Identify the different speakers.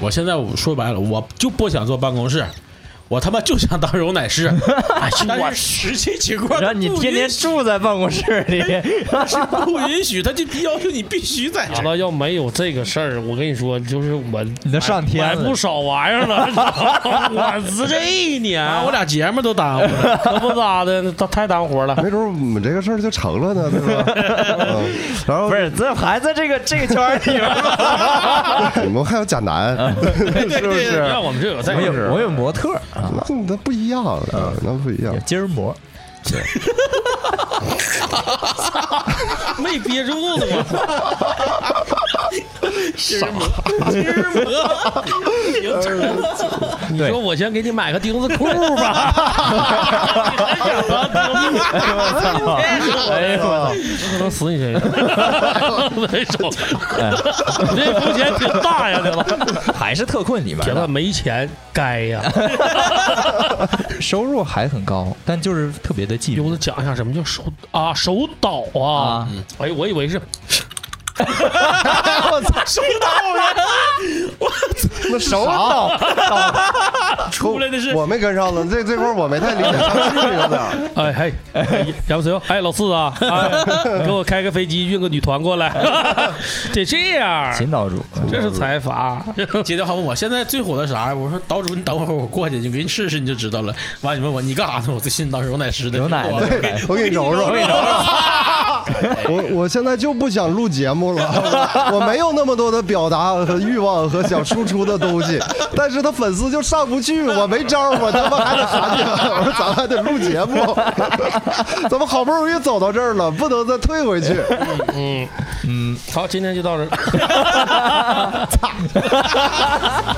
Speaker 1: 我现在我说白了，我就不想坐办公室，我他妈就想当揉奶师，
Speaker 2: 哎
Speaker 1: 但是实际情 况
Speaker 3: 让你
Speaker 1: 不
Speaker 3: 天天
Speaker 1: 允许
Speaker 3: 住在办公室里，
Speaker 1: 是不允许，他就要求你必须在这
Speaker 2: 完
Speaker 1: 儿。
Speaker 2: 了，要没有这个事儿，我跟你说，就是我
Speaker 3: 你都上天
Speaker 2: 买
Speaker 3: 了
Speaker 2: 不少玩意儿了。 哎我是这一年，啊
Speaker 1: 把我俩节目都耽误了。
Speaker 2: 可不咋的，他太耽误活了。
Speaker 4: 没准我们这个事儿就成了呢，对 吧？嗯然后
Speaker 3: 不是这还在这个这个圈儿里吗？
Speaker 4: 你们还有贾楠， 是不是？
Speaker 2: 让我们这有这
Speaker 3: 我有
Speaker 2: 个 事儿
Speaker 3: 我有模特儿啊，
Speaker 4: 那那不一样，嗯那不一样
Speaker 3: 有。筋儿模，
Speaker 2: 没憋住呢吗？你说
Speaker 3: 对，
Speaker 2: 我先给你买个钉子裤吧，
Speaker 3: 哎呦我操，
Speaker 2: 可能死你 身上。没手， 你这风险挺大呀，对吧？
Speaker 3: 还是特困你们
Speaker 2: 铁蛋
Speaker 3: 的，
Speaker 2: 没钱，该呀。
Speaker 3: 收入还很高，但就是特别的寂
Speaker 2: 给
Speaker 3: 寞
Speaker 2: 我讲一下什么叫手啊手倒啊
Speaker 3: 啊！
Speaker 2: 哎，我以为是
Speaker 4: 那手
Speaker 3: 倒倒，
Speaker 4: 出来的是我没跟上呢，这这块儿我没太理解，有点儿
Speaker 2: 哎嘿，哎杨不随哎老四啊，哎，给我开个飞机运个女团过来， 得这样，
Speaker 3: 秦岛主，
Speaker 2: 这是财阀。
Speaker 1: 接着好问我现在最火的啥呀？我说岛主，你等会儿我过去，你给你试试你就知道了。完你问我你干啥呢？我最信当揉奶师的。
Speaker 3: 揉奶的
Speaker 4: 对我给你揉揉，我给你揉 揉。我我现在就不想录节目了，我我没有那么多的表达和欲望和想输出的东西，但是他粉丝就上不去，我没招儿，我他妈还得喊你们，我说咱还得录节 目，咱们好不容易走到这儿了，不能再退回去。
Speaker 2: 嗯嗯，好，今天就到这儿。